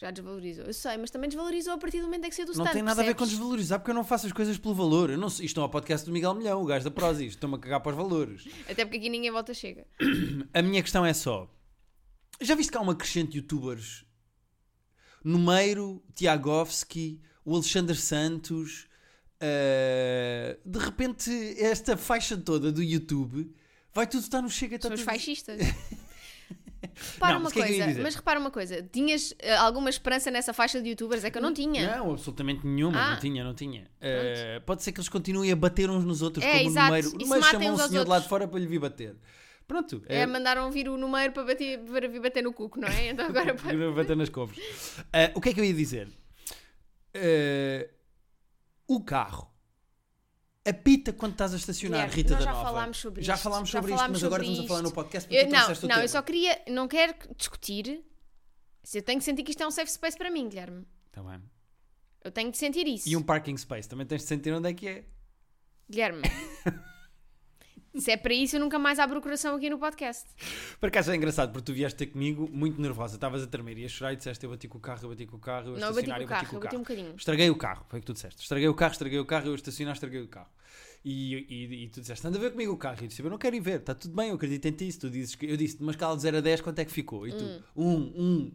Speaker 2: Já desvalorizou. Eu sei, mas também desvalorizou a partir do momento em que saiu do
Speaker 1: não
Speaker 2: stand,
Speaker 1: tem nada a ver com
Speaker 2: percebes?
Speaker 1: desvalorizar porque eu não faço as coisas pelo valor. Eu não, sei- isto não é o podcast do Miguel Milhão, o gajo da Prozis, estou-me a cagar para os valores.
Speaker 2: Até porque aqui ninguém volta chega.
Speaker 1: A minha questão é só: já viste que há uma crescente de youtubers? Numeiro, Tiagovski, o Alexandre Santos. eh, de repente, esta faixa toda do YouTube vai tudo estar no Chega. Está
Speaker 2: Somos
Speaker 1: tudo...
Speaker 2: fascistas. Repara
Speaker 1: Então Não,
Speaker 2: uma
Speaker 1: mas o que é que eu ia
Speaker 2: coisa,
Speaker 1: dizer?
Speaker 2: mas repara uma coisa, tinhas eh, alguma esperança nessa faixa de youtubers? É que eu não tinha.
Speaker 1: Não, absolutamente nenhuma.
Speaker 2: Ah.
Speaker 1: Não tinha, não tinha. Eh, pode ser que eles continuem a bater uns nos outros,
Speaker 2: É,
Speaker 1: como
Speaker 2: exato.
Speaker 1: o número.
Speaker 2: E
Speaker 1: O
Speaker 2: se
Speaker 1: número
Speaker 2: matem
Speaker 1: chama um
Speaker 2: uns
Speaker 1: senhor
Speaker 2: aos
Speaker 1: de lá
Speaker 2: outros.
Speaker 1: de fora para lhe vir bater. Pronto.
Speaker 2: É,
Speaker 1: eh,
Speaker 2: mandaram vir o número para, bater, para vir bater no cuco, não é? Então agora pode...
Speaker 1: Agora bater nas covas. Ah, o que é que eu ia dizer? Ah, o carro apita quando estás a estacionar,
Speaker 2: Guilherme,
Speaker 1: Rita
Speaker 2: nós
Speaker 1: da
Speaker 2: já
Speaker 1: Nova.
Speaker 2: falámos sobre
Speaker 1: Já
Speaker 2: isto,
Speaker 1: falámos
Speaker 2: já
Speaker 1: sobre isto,
Speaker 2: falámos
Speaker 1: mas agora
Speaker 2: sobre
Speaker 1: estamos a falar no
Speaker 2: isto.
Speaker 1: podcast porque
Speaker 2: Eu-
Speaker 1: tu trouxeste
Speaker 2: não,
Speaker 1: o
Speaker 2: não,
Speaker 1: tema.
Speaker 2: eu só queria, não quero discutir. Se eu tenho que sentir que isto é um safe space para mim, Guilherme.
Speaker 1: Tá bem.
Speaker 2: Eu tenho de sentir isso.
Speaker 1: E um parking space, também tens de sentir onde é que é.
Speaker 2: Guilherme. Se é para isso, eu nunca mais abro o coração aqui no podcast.
Speaker 1: Por acaso é engraçado, porque tu vieste ter comigo muito nervosa, estavas a tremer e a chorar e disseste eu bati com o carro, eu bati com o carro, eu
Speaker 2: Não, eu bati
Speaker 1: estacionar,
Speaker 2: com o
Speaker 1: eu bati
Speaker 2: carro,
Speaker 1: com o
Speaker 2: eu bati
Speaker 1: carro.
Speaker 2: um bocadinho.
Speaker 1: Estraguei o carro, foi o que tu disseste. Estraguei o carro, estraguei o carro, eu estacionar, estraguei o carro. E, e, e tu disseste, anda a ver comigo o carro. E eu disse, eu não quero ir ver, está tudo bem, eu acredito em ti. Se tu dizes que, eu disse, de uma escala de 0 a 10, quanto é que ficou? E tu,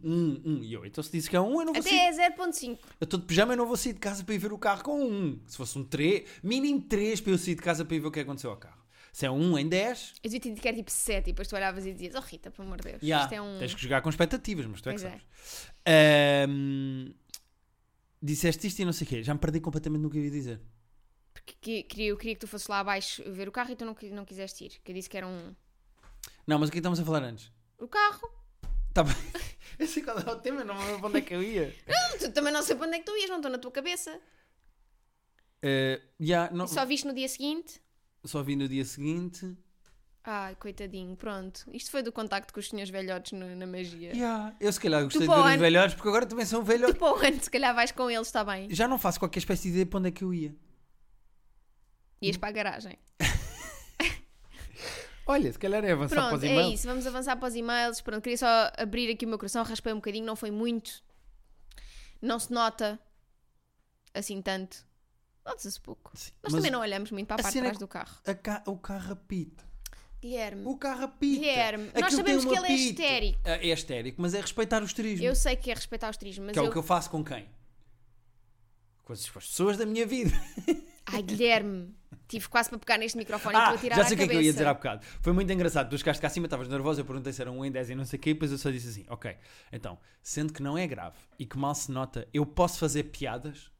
Speaker 1: 1, 1, 1, 1. E eu, então se dizes que é 1, eu não vou sair.
Speaker 2: Hum. Até é 0.5.
Speaker 1: Eu estou de pijama, eu não vou sair de casa para ir ver o carro com 1. Se fosse um 3, mínimo 3 para eu sair de casa para ir ver o que aconteceu ao carro. Se é um 1 em 10,
Speaker 2: Eu devia te indicar tipo 7 e depois tu olhavas e dizias, oh Rita, pelo amor de Deus,
Speaker 1: Ya,
Speaker 2: isto é um...
Speaker 1: Tens que jogar com expectativas, mas tu é que
Speaker 2: Pois é.
Speaker 1: sabes. Ahm, disseste isto e não sei o quê. Já me perdi completamente no que eu ia dizer.
Speaker 2: Porque que- queria, eu queria que tu fosses lá abaixo ver o carro e tu não, qui- não quiseste ir. Que eu disse que era um...
Speaker 1: Não, mas o que é que estamos a falar antes?
Speaker 2: O carro.
Speaker 1: Tá bem. Eu sei qual é o tema, não me lembro para onde é que eu ia.
Speaker 2: Tu também não sei para onde é que tu ias, não estou na tua cabeça.
Speaker 1: Ah, ya, não-
Speaker 2: E
Speaker 1: só...
Speaker 2: só viste no dia seguinte...
Speaker 1: vim no dia seguinte.
Speaker 2: Ai, coitadinho, pronto. Isto foi do contacto com os senhores velhotes no- na magia.
Speaker 1: Ya, Eu se calhar gostei de
Speaker 2: Tu para o
Speaker 1: ver os
Speaker 2: ano-
Speaker 1: velhotes, porque agora também são velhotes.
Speaker 2: Tu para o ano, se calhar vais com eles, está bem.
Speaker 1: Já não faço qualquer espécie de ideia para onde é que eu ia.
Speaker 2: Ias para a garagem.
Speaker 1: Olha, se calhar é avançar para os
Speaker 2: Pronto, é
Speaker 1: e-mails.
Speaker 2: isso. Vamos avançar para os e-mails. Pronto, queria só abrir aqui o meu coração. Raspei um bocadinho, não foi muito. Não se nota assim tanto. Nota-se pouco.
Speaker 1: Sim,
Speaker 2: Nós
Speaker 1: mas
Speaker 2: também não olhamos muito para a,
Speaker 1: a
Speaker 2: parte de
Speaker 1: cena é
Speaker 2: trás
Speaker 1: que-
Speaker 2: do carro.
Speaker 1: a ca- O carro apita.
Speaker 2: Guilherme,
Speaker 1: O carro apita.
Speaker 2: Guilherme, nós
Speaker 1: Aquilo tem
Speaker 2: sabemos
Speaker 1: um
Speaker 2: que ele é
Speaker 1: apito.
Speaker 2: histérico.
Speaker 1: Ah, É histérico, mas é respeitar o esterismo.
Speaker 2: eu sei que é respeitar os trismos, mas
Speaker 1: Que é
Speaker 2: eu...
Speaker 1: o que eu faço com quem? Com as com as pessoas da minha vida.
Speaker 2: Ai, Guilherme, tive quase para pegar neste microfone e
Speaker 1: Ah,
Speaker 2: estou a tirar
Speaker 1: já
Speaker 2: à
Speaker 1: sei o que é
Speaker 2: cabeça.
Speaker 1: que eu ia dizer há bocado. Foi muito engraçado. Tu chegaste cá acima, estavas nervosa, eu perguntei se era um em 10 e não sei o quê, e depois eu só disse assim: ok, então, sendo que não é grave e que mal se nota, eu posso fazer piadas,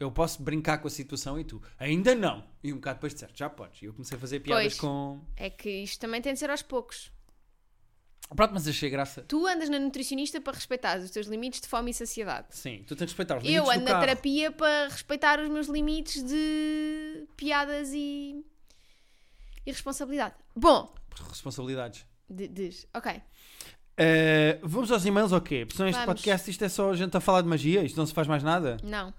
Speaker 1: eu posso brincar com a situação e tu, ainda não. E um bocado depois disseste: já podes. E eu comecei a fazer piadas
Speaker 2: Pois.
Speaker 1: com.
Speaker 2: É que isto também tem de ser aos poucos.
Speaker 1: Pronto, mas achei graça.
Speaker 2: Tu andas na nutricionista para respeitar os teus limites de fome e saciedade.
Speaker 1: Sim, tu tens de respeitar os limites
Speaker 2: Eu ando
Speaker 1: do
Speaker 2: na
Speaker 1: carro.
Speaker 2: terapia para respeitar os meus limites de piadas e, e responsabilidade. Bom,
Speaker 1: Responsabilidades.
Speaker 2: de- diz. Ok.
Speaker 1: Ah, vamos aos e-mails ou quê? Porque senão este
Speaker 2: Vamos.
Speaker 1: podcast isto é só a gente a falar de magia, isto não se faz mais nada.
Speaker 2: Não.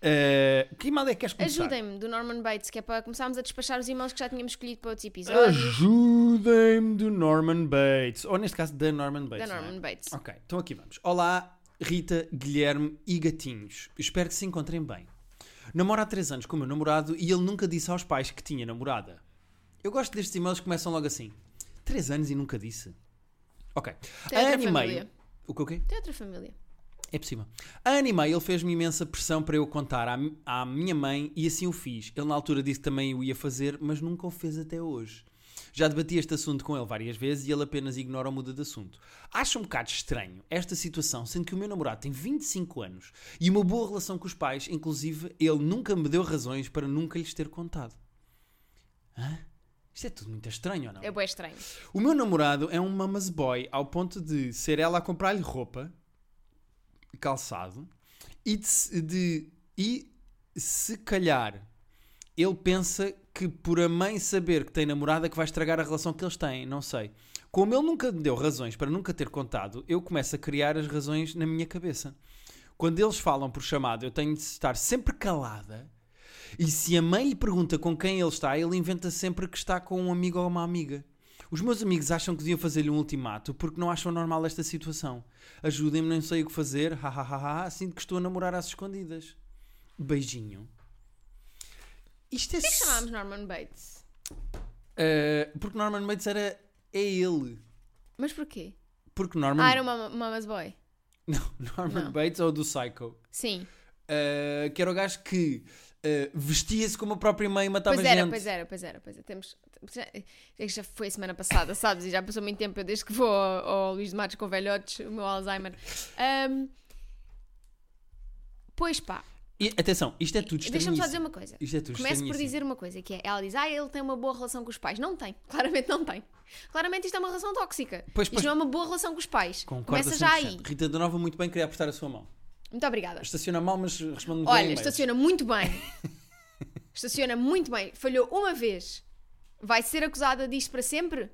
Speaker 1: Uh, que mal é que queres começar?
Speaker 2: Ajudem-me do Norman Bates, que é para começarmos a despachar os e-mails que já tínhamos escolhido para outros episódios.
Speaker 1: Ajudem-me do Norman Bates. Ou neste caso, da Norman Bates.
Speaker 2: da
Speaker 1: não é?
Speaker 2: Norman Bates.
Speaker 1: Ok, então aqui vamos. Olá, Rita, Guilherme e gatinhos. Espero que se encontrem bem. Namoro há 3 anos com o meu namorado e ele nunca disse aos pais que tinha namorada. Eu gosto destes e-mails que começam logo assim. 3 anos e nunca disse. Ok.
Speaker 2: Tem
Speaker 1: Há
Speaker 2: outra
Speaker 1: ano e
Speaker 2: família.
Speaker 1: meio. O que o quê?
Speaker 2: Tem outra família.
Speaker 1: É possível. Há ano e meio ele fez-me imensa pressão para eu contar à, mi- à minha mãe e assim o fiz. Ele na altura disse que também o ia fazer, mas nunca o fez até hoje. Já debati este assunto com ele várias vezes e ele apenas ignora ou muda de assunto. Acho um bocado estranho esta situação, sendo que o meu namorado tem 25 anos e uma boa relação com os pais, inclusive ele nunca me deu razões para nunca lhes ter contado. Hã? Isto é tudo muito estranho, ou não?
Speaker 2: É bem estranho.
Speaker 1: O meu namorado é um mamas boy ao ponto de ser ela a comprar-lhe roupa, calçado, e de, se- de- e se calhar ele pensa que por a mãe saber que tem namorada que vai estragar a relação que eles têm, não sei. Como ele nunca me deu razões para nunca ter contado, eu começo a criar as razões na minha cabeça. Quando eles falam por chamada, eu tenho de estar sempre calada. E se a mãe lhe pergunta com quem ele está, ele inventa sempre que está com um amigo ou uma amiga. Os meus amigos acham que deviam fazer-lhe um ultimato porque não acham normal esta situação. Ajudem-me, não sei o que fazer. Ha, ha, ha, ha. Sinto que estou a namorar às escondidas. Beijinho. Isto é.
Speaker 2: Por que chamámos Norman Bates?
Speaker 1: Uh, porque Norman Bates era. É ele.
Speaker 2: Mas porquê?
Speaker 1: Porque Norman.
Speaker 2: Ah, era uma Mama's Boy.
Speaker 1: Não, Norman
Speaker 2: Ah, Não.
Speaker 1: Bates ou do Psycho.
Speaker 2: Sim.
Speaker 1: Uh, ah, que era o gajo que ah, vestia-se como a própria mãe e matava
Speaker 2: Pois era,
Speaker 1: gente.
Speaker 2: pois era, pois era, pois era. Temos, já, é que já foi semana passada, sabes? E já passou muito tempo eu desde que vou ao, ao Luís de Matos com velhotes, o meu Alzheimer. Ahm, pois pá,
Speaker 1: E, atenção, isto é tudo
Speaker 2: deixa-me só dizer
Speaker 1: estranhíssimo.
Speaker 2: uma coisa.
Speaker 1: Isto é tudo
Speaker 2: Começo por
Speaker 1: estranhíssimo.
Speaker 2: dizer uma coisa, que é, ela diz, ah, ele tem uma boa relação com os pais. Não tem, claramente não tem. Claramente isto é uma relação tóxica.
Speaker 1: Pois, pois.
Speaker 2: Isto não é uma boa relação com os pais.
Speaker 1: Concordo
Speaker 2: Começa já
Speaker 1: 100%.
Speaker 2: aí.
Speaker 1: Rita da Nova, muito bem, queria apostar a sua mão.
Speaker 2: Muito obrigada.
Speaker 1: Estaciona mal, mas responde muito
Speaker 2: Olha,
Speaker 1: bem. a e-mails.
Speaker 2: estaciona muito bem. estaciona muito bem. Falhou uma vez. Vai ser acusada disto para sempre?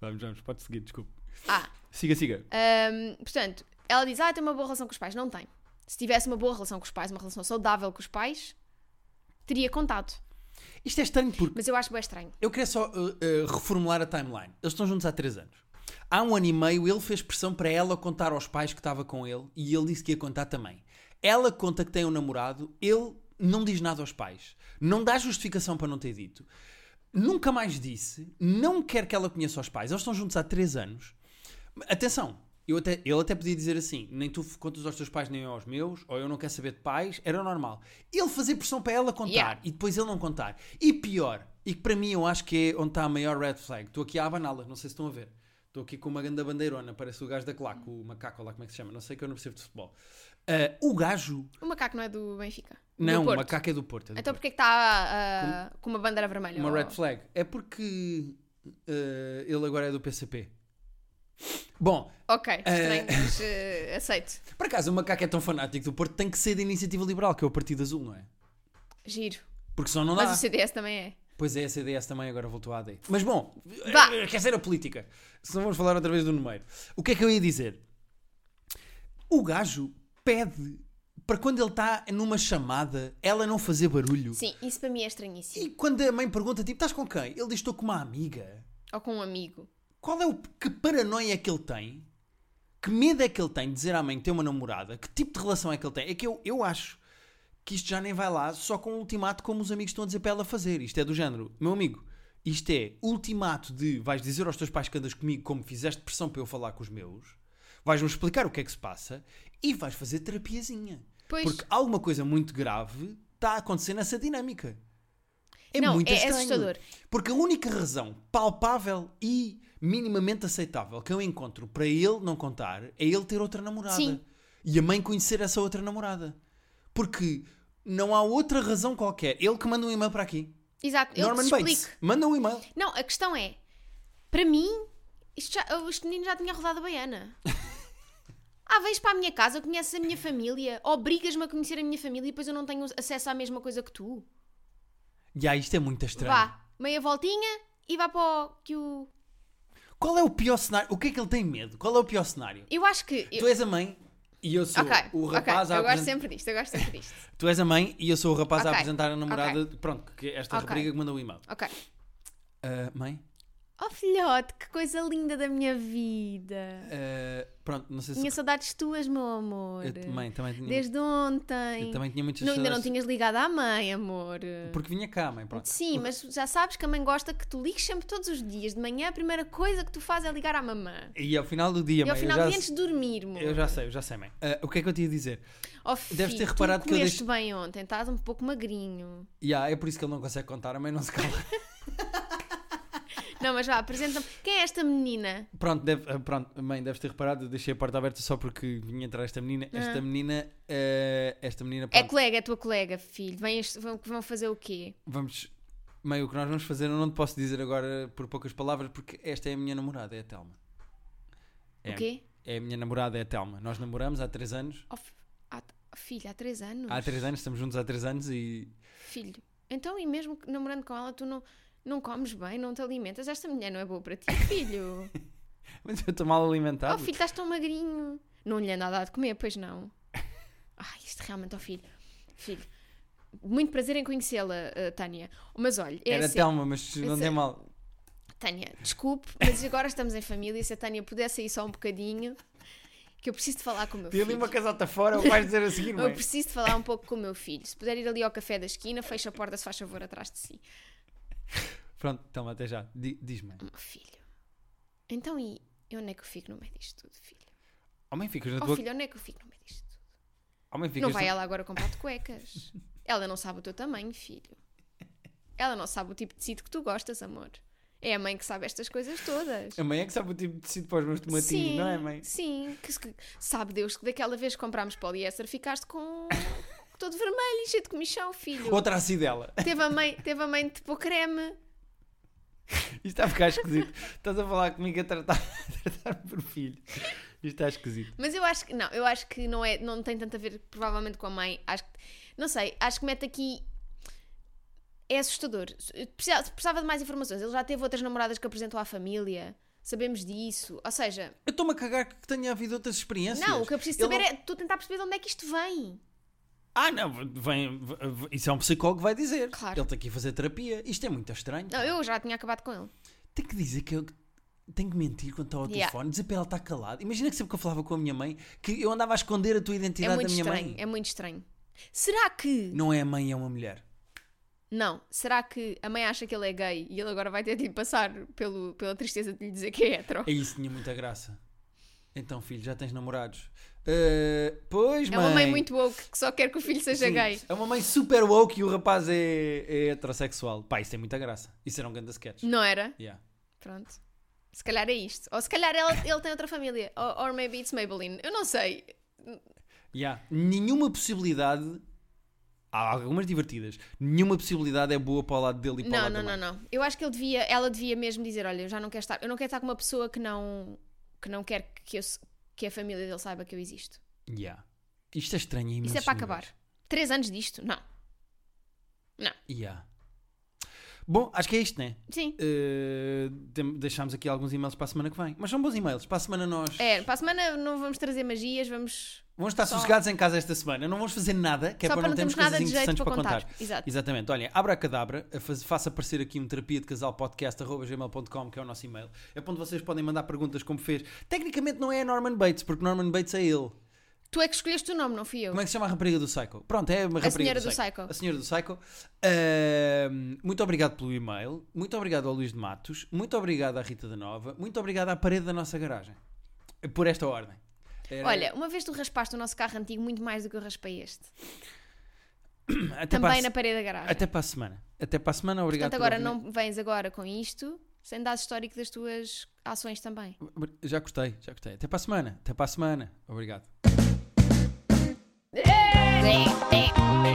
Speaker 1: Vamos, vamos, pode seguir, desculpe.
Speaker 2: Ah,
Speaker 1: Siga, siga.
Speaker 2: hum, portanto, ela diz, ah, tem uma boa relação com os pais. Não tem. Se tivesse uma boa relação com os pais, uma relação saudável com os pais, teria contado.
Speaker 1: Isto é estranho porque
Speaker 2: Mas eu acho bem estranho.
Speaker 1: eu queria só uh, uh, reformular a timeline. Eles estão juntos há 3 anos. Há um ano e meio ele fez pressão para ela contar aos pais que estava com ele e ele disse que ia contar também. Ela conta que tem um namorado, ele não diz nada aos pais. Não dá justificação para não ter dito. Nunca mais disse, não quer que ela conheça os pais. Eles estão juntos há 3 anos. Atenção, eu até, ele até podia dizer assim: nem tu contas aos teus pais, nem eu aos meus, ou eu não quero saber de pais, era normal. Ele fazer pressão para ela contar
Speaker 2: Yeah.
Speaker 1: e depois ele não contar. E pior, e que para mim eu acho que é onde está a maior red flag. Estou aqui a abaná-la, não sei se estão a ver. Estou aqui com uma grande bandeirona, parece o gajo da Claque, o macaco lá, como é que se chama? Não sei que eu não percebo de futebol. Ah, o gajo,
Speaker 2: O macaco não é do Benfica.
Speaker 1: não,
Speaker 2: do
Speaker 1: o
Speaker 2: Porto.
Speaker 1: macaco é do Porto. É do
Speaker 2: Então
Speaker 1: Porto.
Speaker 2: porquê que está ah, com uma bandeira vermelha? Oh,
Speaker 1: Uma
Speaker 2: Ou-
Speaker 1: red flag. É porque ah, ele agora é do PCP. Bom,
Speaker 2: Ok, estranho,
Speaker 1: Eh.
Speaker 2: mas eh, aceito.
Speaker 1: Por acaso, o macaco é tão fanático do Porto, tem que ser da Iniciativa Liberal, que é o Partido Azul, não é?
Speaker 2: Giro.
Speaker 1: Porque senão não dá.
Speaker 2: Mas o CDS também é.
Speaker 1: Pois é, a CDS também agora voltou à AD. Mas bom,
Speaker 2: Vá.
Speaker 1: eh, quer ser a política. Se não vamos falar outra vez do número. O que é que eu ia dizer? O gajo pede para quando ele está numa chamada, ela não fazer barulho.
Speaker 2: Sim, isso para mim é estranhíssimo.
Speaker 1: E quando a mãe pergunta, tipo, estás com quem? Ele diz, estou com uma amiga.
Speaker 2: Ou com um amigo.
Speaker 1: Qual é o que paranoia é que ele tem? Que medo é que ele tem de dizer à mãe que tem uma namorada? Que tipo de relação é que ele tem? É que eu, eu acho que isto já nem vai lá só com um ultimato como os amigos estão a dizer para ela fazer. Isto é do género, meu amigo, isto é ultimato de vais dizer aos teus pais que andas comigo como fizeste pressão para eu falar com os meus, vais-me explicar o que é que se passa e vais fazer terapiazinha.
Speaker 2: Pois.
Speaker 1: Porque alguma coisa muito grave está a acontecer nessa dinâmica. É
Speaker 2: Não,
Speaker 1: muito
Speaker 2: é
Speaker 1: estranho.
Speaker 2: assustador.
Speaker 1: Porque a única razão palpável e minimamente aceitável que eu encontro para ele não contar é ele ter outra namorada.
Speaker 2: Sim.
Speaker 1: E a mãe conhecer essa outra namorada. Porque não há outra razão qualquer. Ele que manda um e-mail para aqui.
Speaker 2: Exato, eu
Speaker 1: Norman
Speaker 2: te
Speaker 1: Bates.
Speaker 2: explico.
Speaker 1: Manda um e-mail.
Speaker 2: Não, a questão é, para mim, isto já, este menino já tinha rodado a baiana. Ah, vens para a minha casa, conheces a minha família, obrigas-me a conhecer a minha família e depois eu não tenho acesso à mesma coisa que tu.
Speaker 1: E aí, isto é muito estranho.
Speaker 2: Vá, meia voltinha e vá para o que o.
Speaker 1: Qual é o pior cenário? O que é que ele tem medo? Qual é o pior cenário?
Speaker 2: Eu acho que. eu-
Speaker 1: Tu és a mãe e eu sou
Speaker 2: Ok,
Speaker 1: o
Speaker 2: ok,
Speaker 1: rapaz a
Speaker 2: eu gosto
Speaker 1: apresentar-
Speaker 2: sempre disto, eu gosto sempre disto.
Speaker 1: Tu és a mãe e eu sou o rapaz a
Speaker 2: Ok,
Speaker 1: apresentar a namorada. Pronto, que é esta
Speaker 2: Ok.
Speaker 1: rapariga que mandou o e-mail.
Speaker 2: Ok.
Speaker 1: Ah, mãe?
Speaker 2: Oh filhote, que coisa linda da minha vida.
Speaker 1: Ah, pronto, não sei se.
Speaker 2: Tinha saudades tuas, meu amor.
Speaker 1: Eu, mãe, também tinha,
Speaker 2: Desde ontem.
Speaker 1: eu também tinha muitas
Speaker 2: Não, ainda não
Speaker 1: saudades.
Speaker 2: tinhas ligado à mãe, amor.
Speaker 1: Porque vinha cá, mãe, pronto.
Speaker 2: Sim, mas já sabes que a mãe gosta que tu ligues sempre todos os dias. De manhã, a primeira coisa que tu fazes é ligar à mamã.
Speaker 1: E ao final do dia,
Speaker 2: E
Speaker 1: mãe,
Speaker 2: ao final,
Speaker 1: eu,
Speaker 2: do
Speaker 1: já,
Speaker 2: dia antes de dormir, amor.
Speaker 1: eu já sei, eu já sei, mãe. Ah, o que é que eu tinha a dizer?
Speaker 2: Oh, filho,
Speaker 1: Deves ter reparado
Speaker 2: tu
Speaker 1: que eu
Speaker 2: comeste
Speaker 1: deixo-
Speaker 2: bem ontem, estás um pouco magrinho.
Speaker 1: Ya, é por isso que ele não consegue contar, a mãe não se cala.
Speaker 2: Não, mas vá, apresenta-me. Quem é esta menina?
Speaker 1: pronto, deve, ah, pronto, mãe, deves ter reparado, eu deixei a porta aberta só porque vinha entrar esta menina. Esta menina, ah, esta menina,
Speaker 2: É
Speaker 1: pronto,
Speaker 2: colega, é tua colega, filho. Vêm, este- vão, vão fazer o quê?
Speaker 1: vamos... Mãe, o que nós vamos fazer eu não te posso dizer agora por poucas palavras porque esta é a minha namorada, é a Telma. É,
Speaker 2: O quê?
Speaker 1: É a minha namorada, é a Telma. Nós namoramos há 3 anos.
Speaker 2: Oh, f- há- oh, filho, há três anos.
Speaker 1: Há 3 anos, estamos juntos há 3 anos e
Speaker 2: Filho, então e mesmo que namorando com ela, tu não, não comes bem, não te alimentas? Esta mulher não é boa para ti, filho.
Speaker 1: Mas eu estou mal alimentado.
Speaker 2: Oh, filho, estás tão magrinho. Não lhe anda a dar de comer, pois não. Ai, isto realmente, oh filho. Filho, muito prazer em conhecê-la, eh, Tânia. Mas olha, é Oh,
Speaker 1: Era
Speaker 2: assim.
Speaker 1: Telma, mas não
Speaker 2: Esse-
Speaker 1: tem mal.
Speaker 2: Tânia, desculpe, mas agora estamos em família. Se a Tânia pudesse sair só um bocadinho, que eu preciso de falar com o meu
Speaker 1: Tem
Speaker 2: filho.
Speaker 1: ali uma casota fora, vais dizer a seguir,
Speaker 2: Eu
Speaker 1: mãe.
Speaker 2: preciso de falar um pouco com o meu filho. Se puder ir ali ao café da esquina, fecha a porta, se faz favor, atrás de si.
Speaker 1: Pronto, Telma, até já. Di- Diz-me.
Speaker 2: Oh, filho. Então e e onde é que eu fico no meio disto tudo, filho?
Speaker 1: Oh, mãe, ficas na
Speaker 2: Oh,
Speaker 1: tua.
Speaker 2: filho, onde é que eu fico no meio disto tudo?
Speaker 1: Homem, fica
Speaker 2: Não vai ela agora comprar de cuecas. ela não sabe o teu tamanho, filho. Ela não sabe o tipo de tecido que tu gostas, amor. É a mãe que sabe estas coisas todas.
Speaker 1: A mãe é que sabe o tipo de tecido para os meus tomatinhos,
Speaker 2: sim,
Speaker 1: não é, mãe?
Speaker 2: Sim, que, se- que- sabe Deus que daquela vez que comprámos poliéster ficaste com todo vermelho e cheio de comichão, filho.
Speaker 1: Outra assim dela.
Speaker 2: Teve a mãe, teve a mãe de pôr creme.
Speaker 1: Isto está a ficar esquisito. Estás a falar comigo a tratar, a tratar-me por filho. Isto está esquisito.
Speaker 2: Mas eu acho que não, eu acho que não é, não tem tanto a ver provavelmente com a mãe. Acho que, não sei, acho que mete aqui é assustador. Precisa- Precisava de mais informações. Ele já teve outras namoradas que apresentou à família. Sabemos disso. Ou seja,
Speaker 1: Eu estou-me a cagar que tenha havido outras experiências.
Speaker 2: não, o que eu preciso
Speaker 1: Ele
Speaker 2: saber
Speaker 1: Ah, não-
Speaker 2: é tu tentar perceber de onde é que isto vem.
Speaker 1: Ah, não, vem, vem- isso é um psicólogo que vai dizer.
Speaker 2: Claro.
Speaker 1: Ele tem que ir fazer terapia. Isto é muito estranho.
Speaker 2: Não, eu já tinha acabado com ele.
Speaker 1: Tenho que dizer que eu tenho que mentir quando está ao
Speaker 2: Yeah.
Speaker 1: telefone, dizer para ela estar calado. Imagina que sempre que eu falava com a minha mãe, que eu andava a esconder a tua
Speaker 2: É
Speaker 1: identidade
Speaker 2: muito
Speaker 1: da minha
Speaker 2: estranho,
Speaker 1: mãe.
Speaker 2: é muito estranho. Será que
Speaker 1: Não é a mãe, é uma mulher.
Speaker 2: não? Será que a mãe acha que ele é gay e ele agora vai ter de passar pelo, pela tristeza de lhe dizer que é hétero?
Speaker 1: É isso, tinha muita graça. Então, filho, já tens namorados. Ah, pois,
Speaker 2: É uma mãe muito woke que só quer que o filho seja
Speaker 1: Sim,
Speaker 2: gay.
Speaker 1: É uma mãe super woke e o rapaz é, é heterossexual. Pá, isso tem muita graça. Isso era um grande sketch.
Speaker 2: Não era?
Speaker 1: Yeah.
Speaker 2: Pronto. Se calhar é isto. Ou se calhar ela- ele tem outra família. Ou or maybe it's Maybelline. Eu não sei.
Speaker 1: Yeah. Nenhuma possibilidade. Há algumas divertidas. Nenhuma possibilidade é boa para o lado dele e para o
Speaker 2: Não,
Speaker 1: lado
Speaker 2: não,
Speaker 1: da
Speaker 2: não,
Speaker 1: mãe.
Speaker 2: não. Eu acho que ele devia, ela devia mesmo dizer, olha, eu já não quero estar, eu não quero estar com uma pessoa que não que não quer que eu se- que a família dele saiba que eu existo.
Speaker 1: Yeah. Isto é estranho. em
Speaker 2: Isso é
Speaker 1: imensos
Speaker 2: para
Speaker 1: níveis.
Speaker 2: acabar. Três anos disto? Não.
Speaker 1: Yeah. Bom, acho que é isto, né?
Speaker 2: Sim.
Speaker 1: Eh, tem- deixámos aqui alguns e-mails para a semana que vem. Mas são bons e-mails. Para a semana nós
Speaker 2: É, para a semana não vamos trazer magias, vamos
Speaker 1: vamos estar
Speaker 2: só-
Speaker 1: sossegados em casa esta semana. Não vamos fazer nada, que é
Speaker 2: só
Speaker 1: para não termos
Speaker 2: termos nada
Speaker 1: coisas
Speaker 2: de jeito
Speaker 1: interessantes
Speaker 2: para
Speaker 1: para
Speaker 2: contar.
Speaker 1: contar.
Speaker 2: Exato.
Speaker 1: Exatamente. Olhem, abracadabra, a faz- faça aparecer aqui um terapia de casal podcast gmail.com, que é o nosso e-mail. É para onde vocês podem mandar perguntas como fez. Tecnicamente não é a Norman Bates, porque Norman Bates é ele.
Speaker 2: Tu é que escolheste o nome, não fui eu.
Speaker 1: Como é que se chama a rapariga do Psycho? Pronto, é uma rapariga
Speaker 2: senhora do Psycho.
Speaker 1: A senhora do Psycho. Ahm, muito obrigado pelo e-mail. Muito obrigado ao Luís de Matos. Muito obrigado à Rita da Nova. Muito obrigado à parede da nossa garagem. Por esta ordem. Era-
Speaker 2: Olha, uma vez tu raspaste o nosso carro antigo muito mais do que eu raspei este.
Speaker 1: até para a
Speaker 2: Também
Speaker 1: se-
Speaker 2: na parede da garagem.
Speaker 1: Então Até para a semana. Até para a semana, obrigado
Speaker 2: Portanto,
Speaker 1: por
Speaker 2: agora
Speaker 1: ouvirem.
Speaker 2: não vens agora com isto, sem dar histórico das tuas ações também.
Speaker 1: Já gostei, já gostei. Até para a semana. Até para a semana. Obrigado.
Speaker 2: É.